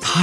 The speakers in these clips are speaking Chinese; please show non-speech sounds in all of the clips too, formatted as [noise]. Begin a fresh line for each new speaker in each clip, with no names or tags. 他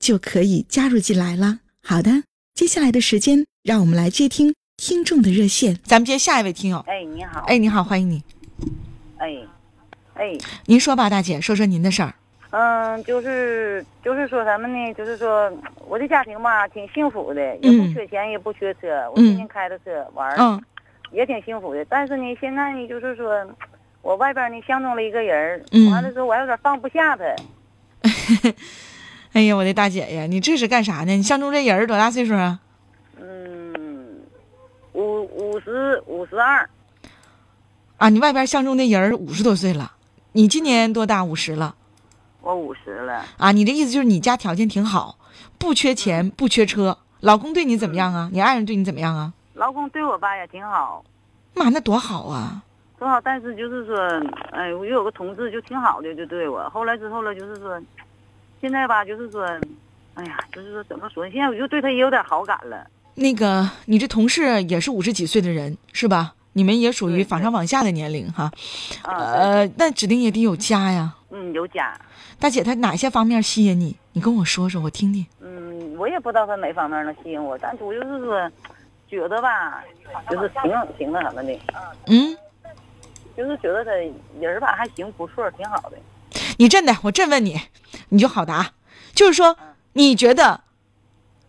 就可以加入进来了。好的，接下来的时间，让我们来接听听众的热线。咱们接下一位听友。
哎，你好，
哎，你好，欢迎你。
哎，哎，
您说吧，大姐，说说您的事儿。
嗯，就是就是说咱们呢，就是说我的家庭吧，挺幸福的，也不缺钱，也不缺车，我天天开着车玩儿，
嗯
也挺幸福的。但是呢，现在呢，就是说我外边呢相中了一个人儿，
嗯
完了之后我还有点放不下他。
哎呀，我的大姐呀，你这是干啥呢？你相中这人儿多大岁数啊？
嗯，五五十五十二，
啊，你外边相中那人儿五十多岁了，你今年多大？五十了
我五十了。
啊？你的意思就是你家条件挺好，不缺钱，不缺车，老公对你怎么样啊？你爱人对你怎么样啊？
老公对我吧也挺好，
妈，那多好啊！
挺好，但是就是说，哎，我有个同志就挺好的，就对我。后来之后了，就是说，现在吧，就是说，哎呀，就是说怎么说呢？现在我就对他也有点好感了。
那个，你这同事也是五十几岁的人是吧？你们也属于
对
往
对
上往下的年龄哈。
啊，
呃，那指定也得有家呀。
嗯，有家，
大姐，她哪些方面吸引你？你跟我说说，我听听。
嗯，我也不知道他哪方面能吸引我，但是我就是说，觉得吧，就是挺挺那什么的，
嗯，
就是觉得他人儿吧还行，不错，挺好的。
你真的，我真问你，你就好答，就是说，你觉得，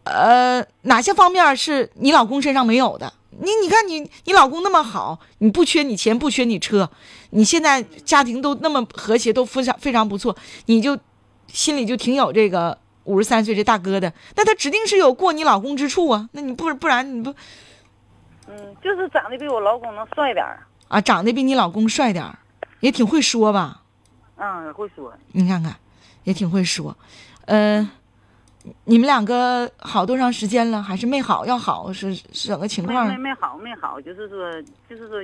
呃，哪些方面是你老公身上没有的？你你看你你老公那么好，你不缺你钱，不缺你车，你现在家庭都那么和谐，都非常非常不错，你就心里就挺有这个五十三岁这大哥的，那他指定是有过你老公之处啊，那你不不然你不
嗯，就是长得比我老公能帅点儿，
啊长得比你老公帅点儿，也挺会说吧？
嗯，会说，
你看看，也挺会说。呃，你们两个好多长时间了？还是没好？要好是是怎个情
没
况
没
啊？
没好没好，就是说就是说，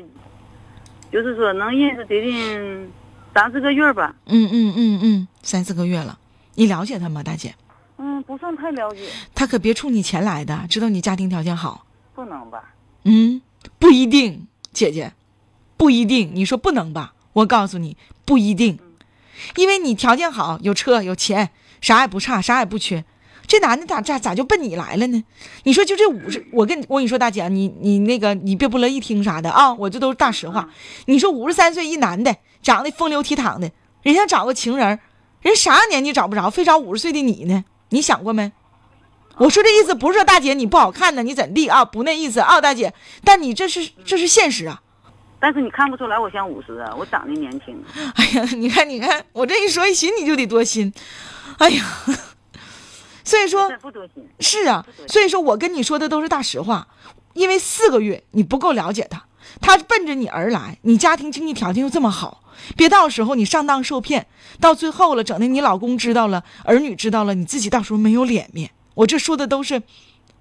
就是说能认识接近三四个月吧。
嗯嗯嗯嗯，三四个月了。你了解他吗，大姐？
嗯，不算太了解，
他可别冲你钱来的，知道你家庭条件好。
不能吧？
嗯，不一定，姐姐，不一定。你说不能吧？我告诉你，不一定，因为你条件好，有车有钱，啥也不差，啥也不缺。这男的咋咋咋就奔你来了呢？你说就这五十，我跟我跟你说，大姐，啊你你那个你别不乐意听啥的啊，我这都是大实话。你说五十三岁一男的，长得风流倜傥的，人家找个情人儿，人啥年纪找不着，非找五十岁的你呢？你想过没？我说这意思不是说大姐你不好看呢，你怎地啊？不那意思啊，大姐，但你这是这是现实啊！ [laughs]
但是你看不出来我像五十啊，我长得年轻。
哎呀，你看你看，我这一说一寻你就得多心，哎呀， [laughs] 所以说
这不多心。
是啊，所以说我跟你说的都是大实话，因为四个月你不够了解他，他奔着你而来，你家庭经济条件又这么好，别到时候你上当受骗，到最后了，整的你老公知道了，儿女知道了，你自己到时候没有脸面。我这说的都是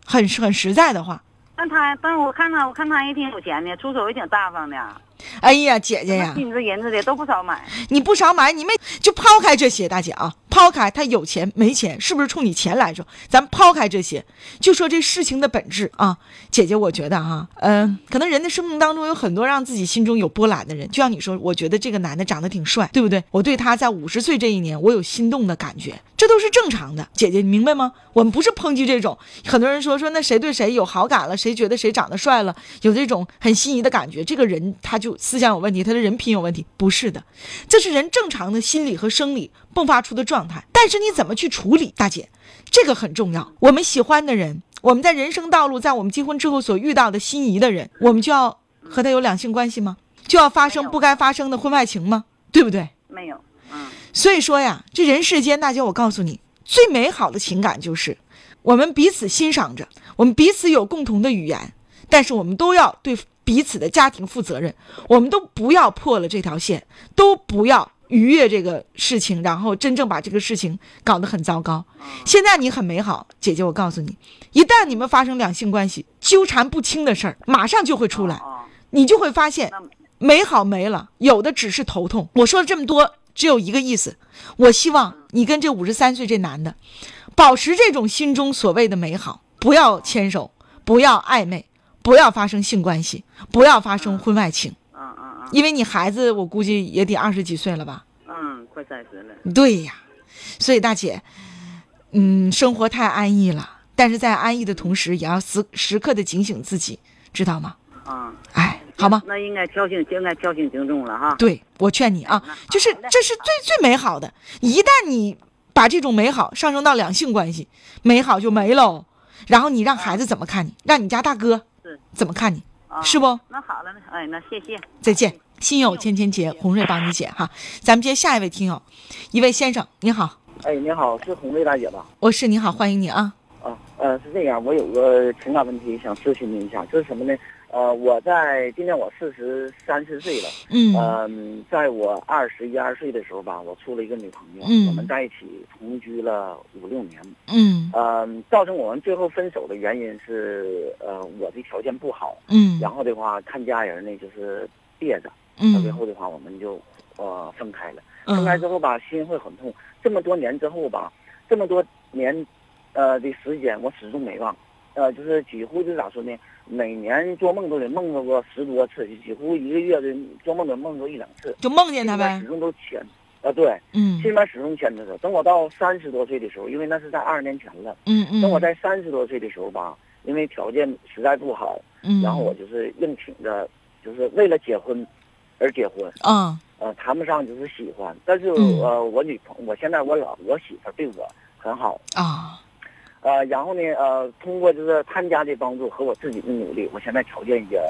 很很实在的话。
但他，但是我看他，我看他也挺有钱的，出手也挺大方的，啊
哎呀，姐姐呀，
金子银子的都不少买。
你不少买，你没就抛开这些，大姐啊，抛开他有钱没钱，是不是冲你钱来说？咱抛开这些，就说这事情的本质啊，姐姐，我觉得哈、嗯、可能人的生命当中有很多让自己心中有波澜的人，就像你说，我觉得这个男的长得挺帅，对不对？我对他在五十岁这一年，我有心动的感觉，这都是正常的。姐姐，你明白吗？我们不是抨击这种，很多人说说那谁对谁有好感了，谁觉得谁长得帅了，有这种很心仪的感觉，这个人他就就思想有问题，他的人品有问题，不是的，这是人正常的心理和生理迸发出的状态。但是你怎么去处理，大姐，这个很重要。我们喜欢的人，我们在人生道路，在我们结婚之后所遇到的心仪的人，我们就要和他有两性关系吗？就要发生不该发生的婚外情吗？对不对？
没有，嗯，
所以说呀，这人世间，大姐，我告诉你，最美好的情感就是我们彼此欣赏着，我们彼此有共同的语言，但是我们都要对彼此的家庭负责任，我们都不要破了这条线，都不要逾越这个事情，然后真正把这个事情搞得很糟糕。现在你很美好，姐姐，我告诉你，一旦你们发生两性关系，纠缠不清的事儿马上就会出来，
哦，
你就会发现
那
美好没了，有的只是头痛。我说了这么多，只有一个意思，我希
嗯
望你跟这五十三岁这男的，保持这种心中所谓的美好，不要牵手，不要暧昧，不要发生性关系，不要发生婚外情，
嗯嗯
因为你孩子我估计也得二十几岁了吧？
嗯嗯，快三十了，
对呀，所以大姐，嗯，生活太安逸了，但是在安逸的同时，也要时时刻的警醒自己，知道吗？
嗯
啊、
哎，好吗？
那应该挑醒，应该挑醒听众了哈。
对，我劝你啊
那，好
就是
嘞
这是最最美好的。一旦你把这种美好上升到两性关系，美好就没喽。然后你让孩子怎么看你，让你家大哥
是
怎么看你，
啊
是不？
那好了，哎，那谢谢。
再见，心有千千结，红瑞帮你解哈。咱们接下一位听友，一位先生，你好，
哎，你好，是红瑞大姐吧？
我是你好，欢迎你啊。
啊，呃，是这样，我有个情感问题想咨询您一下，就是什么呢？呃，我在今年我四十三四岁了，
嗯
嗯、在我二十一二岁的时候吧，我处了一个女朋友，
嗯
我们在一起同居了五六年，
嗯
嗯、造成我们最后分手的原因是，呃，我的条件不好，
嗯
然后的话看家人呢就是憋着，到最
嗯
后的话我们就呃分开了。分开
嗯
之后吧，心会很痛。这么多年之后吧，这么多年，呃的时间，我始终没忘。呃，就是几乎就咋说呢，每年做梦都得梦到过十多次，几乎一个月的做梦都梦到一两次。
就梦见
心
他
里面
呗
始。终都牵，呃，对，
嗯
心里面始终牵着他。等我到三十多岁的时候，因为那是在二十年前了。
嗯嗯。
等我在三十多岁的时候吧，因为条件实在不好，
嗯，
然后我就是硬挺着，就是为了结婚而结婚。
啊
呃，谈不上就是喜欢，但是、
嗯
呃，我女朋我现在我老我媳妇儿对我很好，
啊
呃，然后呢，呃，通过就是他们家的帮助和我自己的努力，我现在条件也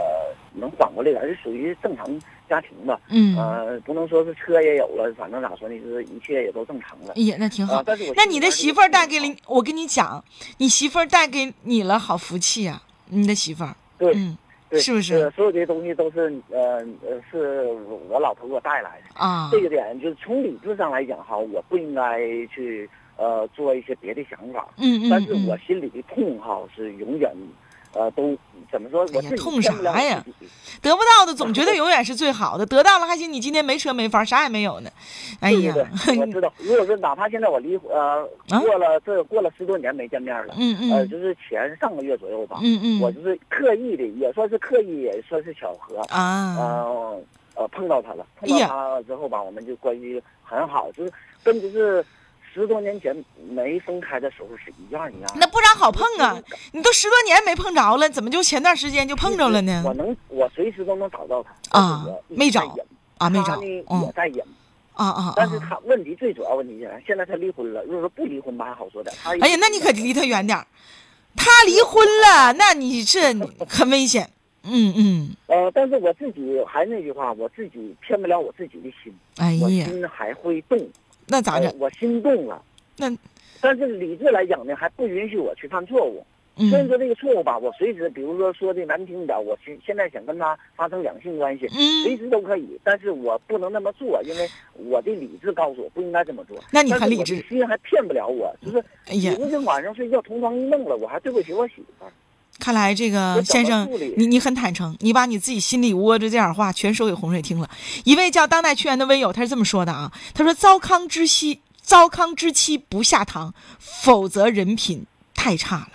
能缓过来点儿，是属于正常家庭吧，
嗯，
呃，不能说是车也有了，反正咋说呢，就是一切也都正常了。
也那挺
啊
好，。
但是我
嗯那
心
你
里
的
面
媳
就
妇儿
不
带
好
给你，我跟你讲，你媳妇儿带给你了好福气啊，你的媳妇儿，
对
嗯，
对
是不是
呃所有这些东西都是呃呃是我老婆给我带来的。
啊，
这个点就是从理智上来讲哈，我不应该去呃做一些别的想法。
嗯嗯
但是我
嗯，
心里的痛哈是永远，呃，都怎么说？我
哎呀
自己
痛
骗不了
啥
我
呀
自己？
得不到的总
[laughs]
觉得永远是最好的，得到了还行，你今天没车没房，啥也没有呢，哎
对
呀，[laughs]
对对，我知道。如果说哪怕现在我离婚呃
啊
过了这过了十多年没见面了，
嗯
呃，
嗯
就是前上个月左右吧，
嗯嗯，
我就是刻意的，也算是刻意，也算是巧合，
啊，
呃呃碰到他了。碰
哎
到
呀
他之后吧，我们就关系很好，就是跟就是十多年前没分开的时候是一样一样的。
那不然好碰啊，你都十多年没碰着了，怎么就前段时间就碰着了呢
我？能，我随时都能找到他
啊
但是我一直
没
在
找
忍
啊，没
他
着
呢，
嗯
也在忍，
啊啊
但是
啊，
他问题最主要问题现在，现在他离婚了。如果说不离婚吧，还好说点。他也
哎呀，那你可离他远点儿，他离婚了，那你这你很危险，嗯嗯。
呃，但是我自己还是那句话，我自己骗不了我自己的心，
哎
我
呀，
心还会动，
那咋
呃
整？
我心动了。
那
但是理智来讲呢，还不允许我去犯错误。虽然
嗯
说这个错误吧，我随时，比如说说的难听一点，我现现在想跟他发生两性关系，随
嗯，
时都可以，但是我不能那么做，因为我的理智告诉我不应该这么做。
那你
但是
很理
我的
智
心还骗不了我，就是
哎呀
你昨天晚上睡觉同床异梦了，我还对不起我媳妇儿。
看来这个
我怎
先
么
生
处理，
你你很坦诚，你把你自己心里窝着这点话全说给洪水听了。一位叫当代屈原的微友，他是这么说的啊，他说：“糟糠之妻，糟糠之妻不下堂，否则人品太差了。”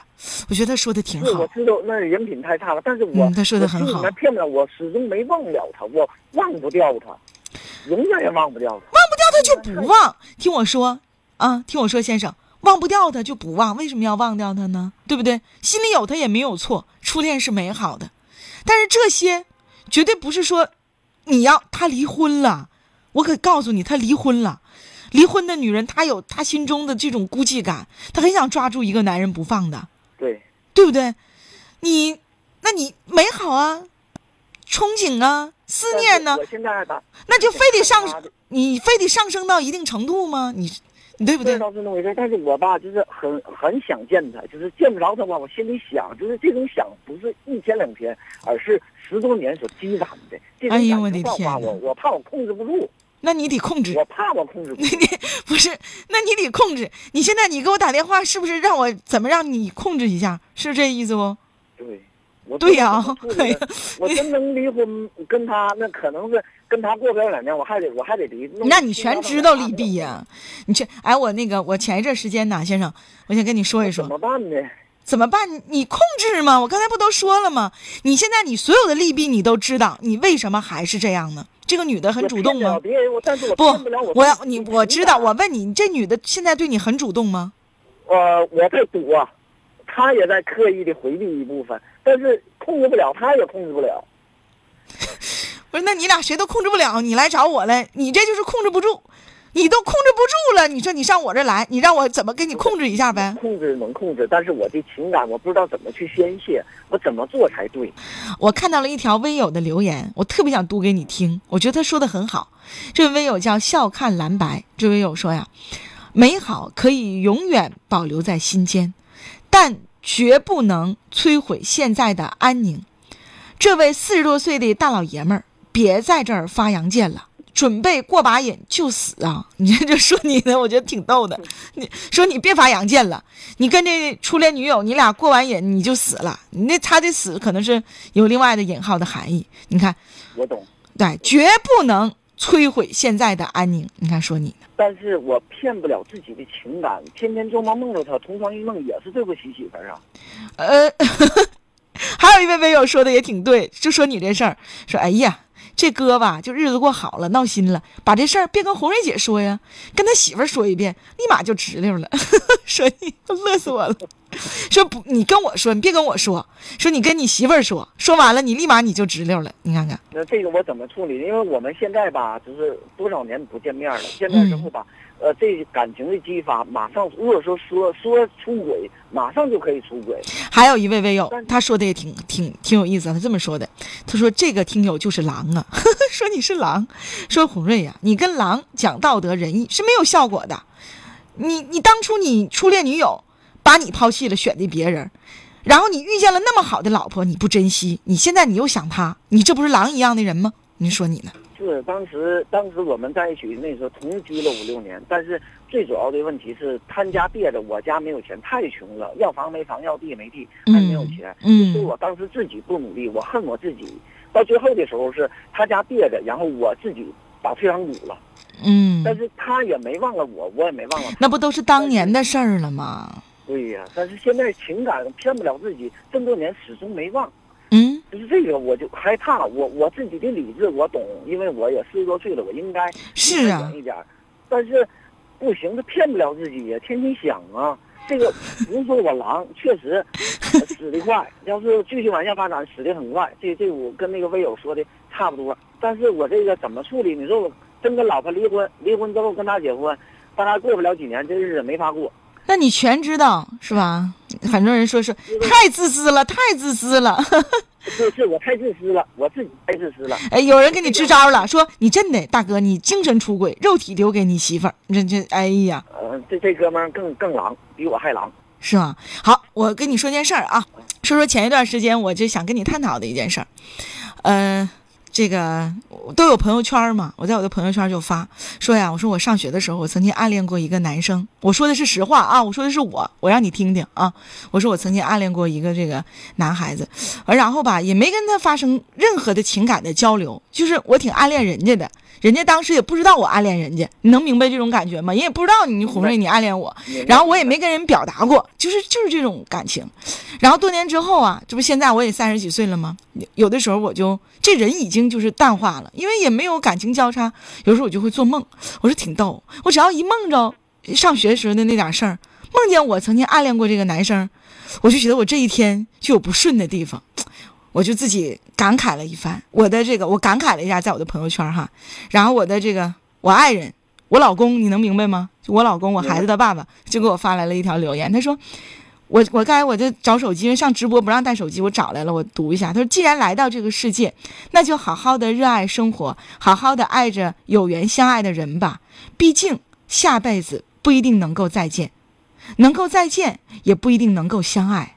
我觉得他说的挺
是，我
好，
知道那人品太差了，但是我、
嗯他说得很好
我心里面骗不了我，始终没忘了他，我忘不掉他，永远也忘不掉他。
那就不忘。听我说啊，听我说，先生。忘不掉他就不忘，为什么要忘掉他呢？对不对？心里有他也没有错，初恋是美好的，但是这些绝对不是说你要他离婚了，我可告诉你，他离婚了。离婚的女人，她有她心中的这种孤寂感，她很想抓住一个男人不放的，
对，
对不对？你，那你美好啊，憧憬啊，思念呢、
但是我现在吧，
那就非得上
想他，
你非得上升到一定程度吗？你，你对不
不
对
知？道是那么回事，但是我吧，就是很很想见他，就是见不着他吧，我心里想，就是这种想不是一天两天，而是十多年所积攒的。这种
哎呦
感
我的
情爆发
天哪
我我怕我控制不住，
那你得控制
我，怕我控制不住。
不是？那你得控制。你现在你给我打电话，是不是让我怎么让你控制一下？是这意思不？
对，我
对呀、
我
哎呀
我真能离婚，跟他那可能是跟他过不了两年，我还得我还得离。
那你全知道利弊呀、你这哎，我那个我前一阵时间呐，先生，我想跟你说一
怎
说，
么办呢？
怎么办？你控制吗？我刚才不都说了吗？你现在你所有的利弊你都知道，你为什么还是这样呢？这个女的很
我
主动
骗不了
吗？
别人，我但是我
不
骗不了，
我
我
要
自己
你，
的
我
情
知道。
感啊
我问你，你这女的现在对你很主动吗？
呃，我在赌啊，他也在刻意的回避一部分，但是控制不了，他也控制不了。
不是，那你俩谁都控制不了，你来找我来，你这就是控制不住，你都控制不住了。你说你上我这儿来，你让我怎么给你控制一下呗？
控制能控制，但是我这情感我不知道怎么去宣泄，我怎么做才对？
我看到了一条微友的留言，我特别想读给你听，我觉得他说的很好。这位微友叫笑看蓝白，这位友说呀，美好可以永远保留在心间，但绝不能摧毁现在的安宁。这位四十多岁的大老爷们儿，别在这儿发洋剑了。准备过把瘾就死啊！ [laughs] 你这就说你呢，我觉得挺逗的。你说你别发洋剑了，你跟这初恋女友，你俩过完瘾你就死了，你那他的死可能是有另外的引号的含义。你看，
我懂，
对，绝不能摧毁现在的安宁。你看，说你呢？
但是我骗不了自己的情感，天天做梦梦着他，同床异梦也是对不起媳妇儿啊。
呃， [laughs] 还有一位微友说的也挺对，就说你这事儿，说哎呀，这哥吧，就日子过好了，闹心了，把这事儿别跟红瑞姐说呀，跟他媳妇儿说一遍，立马就直溜了。 [laughs] 说你乐死我了。说不，你跟我说，你别跟我说，说你跟你媳妇儿说，说完了你立马你就直溜了。你看看，
那这个我怎么处理？因为我们现在吧，就是多少年不见面了，见面之后吧，呃，这感情的激发，马上如果说说说出轨，马上就可以出轨。
还有一位微友
但，
他说的也挺挺挺有意思啊，他这么说的，他说这个听友就是狼啊， [laughs] 说你是狼，说红瑞呀、你跟狼讲道德仁义是没有效果的，你你当初你初恋女友把你抛弃了，选的别人。然后你遇见了那么好的老婆，你不珍惜，你现在你又想她，你这不是狼一样的人吗？你说你呢？
是当时当时我们在一起那时候同居了五六年，但是最主要的问题是他家憋着，我家没有钱，太穷了，要房没房，要地没地，还没有钱。
嗯
所以我当时自己不努力，我恨我自己。到最后的时候是他家憋着，然后我自己打退堂鼓了，
嗯，
但是他也没忘了我，我也没忘了他。
那不都是当年的事儿了吗？
对呀、但是现在情感骗不了自己，这么多年始终没忘。
嗯，
就是这个，我就害怕我我自己的理智，我懂，因为我也四十多岁了，我应该
是啊
想一点儿，但是不行，他骗不了自己呀，天天想啊。这个不是说我狼，确实呃死得快。要是继续往下发展，死得很快。这这我跟那个微友说的差不多。但是我这个怎么处理？你说我真跟老婆离婚，离婚之后跟他结婚，但他过不了几年，这日子没法过。
那你全知道是吧？很多人说是太自私了，太自私了。 [laughs]
是是我太自私了，我自己太自私了。
哎，有人给你支招了，说你真的大哥，你精神出轨，肉体留给你媳妇儿。这这，哎呀，
呃，这这哥们儿更更狼，比我还狼。
是吗？好，我跟你说件事儿啊，说说前一段时间我就想跟你探讨的一件事儿。呃，这个我都有朋友圈儿嘛，我在我的朋友圈儿就发说呀，我说我上学的时候，我曾经暗恋过一个男生。我说的是实话啊，我说的是我，我让你听听啊。我说我曾经暗恋过一个这个男孩子，而然后吧，也没跟他发生任何的情感的交流，就是我挺暗恋人家的。人家当时也不知道我暗恋人家，你能明白这种感觉吗？人也不知道你红瑞你暗恋我，
明白
然后我也没跟人表达过，就是就是这种感情。然后多年之后啊，这不现在我也三十几岁了吗？有有的时候我就这人已经就是淡化了，因为也没有感情交叉。有时候我就会做梦，我说挺逗，我只要一梦着上学时候的那点事儿，梦见我曾经暗恋过这个男生，我就觉得我这一天就有不顺的地方。我就自己感慨了一番，我的这个我感慨了一下，在我的朋友圈哈，然后我的这个我爱人，我老公，你能明白吗？就我老公，我孩子的爸爸就给我发来了一条留言，他说。我我刚才我就找手机，因为上直播不让带手机，我找来了，我读一下。他说：“既然来到这个世界，那就好好的热爱生活，好好的爱着有缘相爱的人吧。毕竟下辈子不一定能够再见，能够再见也不一定能够相爱，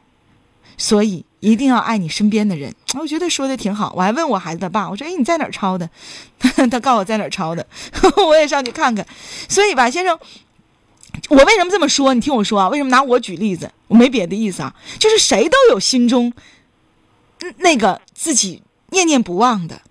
所以一定要爱你身边的人。”我觉得说的挺好，我还问我孩子的爸，我说：“哎，你在哪儿抄的？” [laughs] 他告诉我在哪儿抄的， [laughs] 我也上去看看。所以吧，先生，我为什么这么说？你听我说啊，为什么拿我举例子？我没别的意思啊，就是谁都有心中嗯那个自己念念不忘的、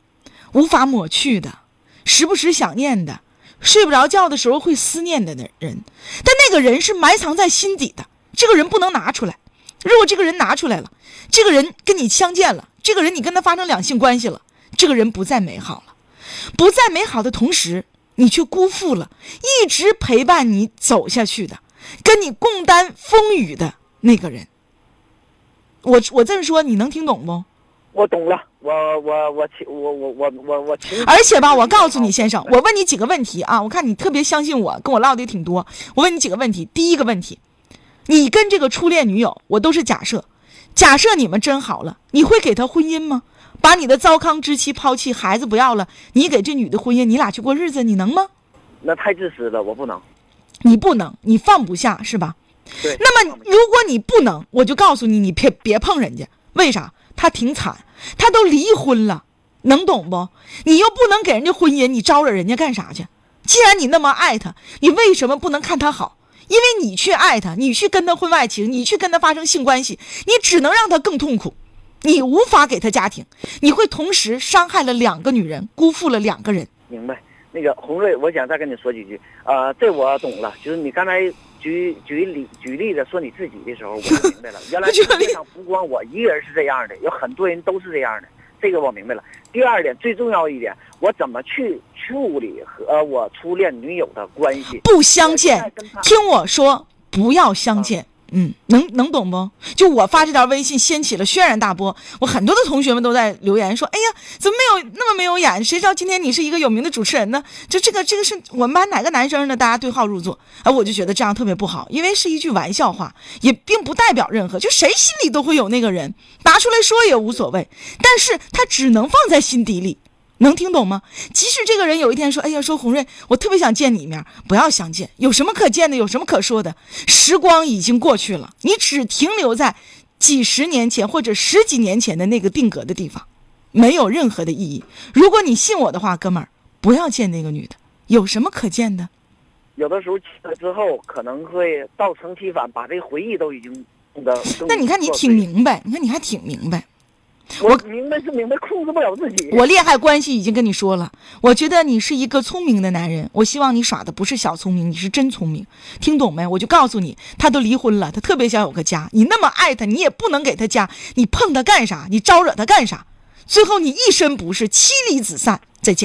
无法抹去的、时不时想念的、睡不着觉的时候会思念的那人，但那个人是埋藏在心底的，这个人不能拿出来。如果这个人拿出来了，这个人跟你相见了，这个人你跟他发生两性关系了，这个人不再美好了，不再美好的同时，你却辜负了一直陪伴你走下去的、跟你共担风雨的那个人。我我这么说，你能听懂不？
我懂了，我我我清我我我我我清。 [laughs]
而且吧，我告诉你，先生，我问你几个问题啊，我看你特别相信我，跟我唠的也挺多。我问你几个问题，第一个问题，你跟这个初恋女友，我都是假设，假设你们真好了，你会给她婚姻吗？把你的糟糠之妻抛弃，孩子不要了，你给这女的婚姻，你俩去过日子，你能吗？
那太自私了，我不能。
你不能，你放不下是吧？
对，
那么如果你不能，我就告诉你，你别别碰人家，为啥？他挺惨，他都离婚了，能懂不？你又不能给人家婚姻，你招惹人家干啥去？既然你那么爱他，你为什么不能看他好？因为你去爱他，你去跟他婚外情，你去跟他发生性关系，你只能让他更痛苦，你无法给他家庭，你会同时伤害了两个女人，辜负了两个人。
明白。那个红瑞，我想再跟你说几句。呃，这我懂了，就是你刚才举举例举例子说你自己的时候，我就明白了。原来世界上不光我一个人是这样的，有很多人都是这样的。这个我明白了。第二点，最重要一点，我怎么去处理和我初恋女友的关系？
不相见
我现在跟他，
听我说，不要相见。嗯，能能懂不？就我发这条微信掀起了轩然大波，我很多的同学们都在留言说：“哎呀，怎么没有那么没有眼？谁知道今天你是一个有名的主持人呢？就这个这个是我们班哪个男生呢？大家对号入座。”哎，我就觉得这样特别不好，因为是一句玩笑话，也并不代表任何，就谁心里都会有那个人，拿出来说也无所谓，但是他只能放在心底里。能听懂吗？即使这个人有一天说：“哎呀，说红瑞，我特别想见你一面，不要相见，有什么可见的？有什么可说的？时光已经过去了，你只停留在几十年前或者十几年前的那个定格的地方，没有任何的意义。如果你信我的话，哥们儿，不要见那个女的，有什么可见的？
有的时候去了之后，可能会造成其反，把这回忆都已经弄得。
那你看你挺明白，你看你还挺明白。”
我明白是明白，控制不了自己。
我利害关系已经跟你说了，我觉得你是一个聪明的男人，我希望你耍的不是小聪明，你是真聪明，听懂没？我就告诉你，他都离婚了，他特别想有个家，你那么爱他，你也不能给他家，你碰他干啥？你招惹他干啥？最后你一身不是，妻离子散，再见。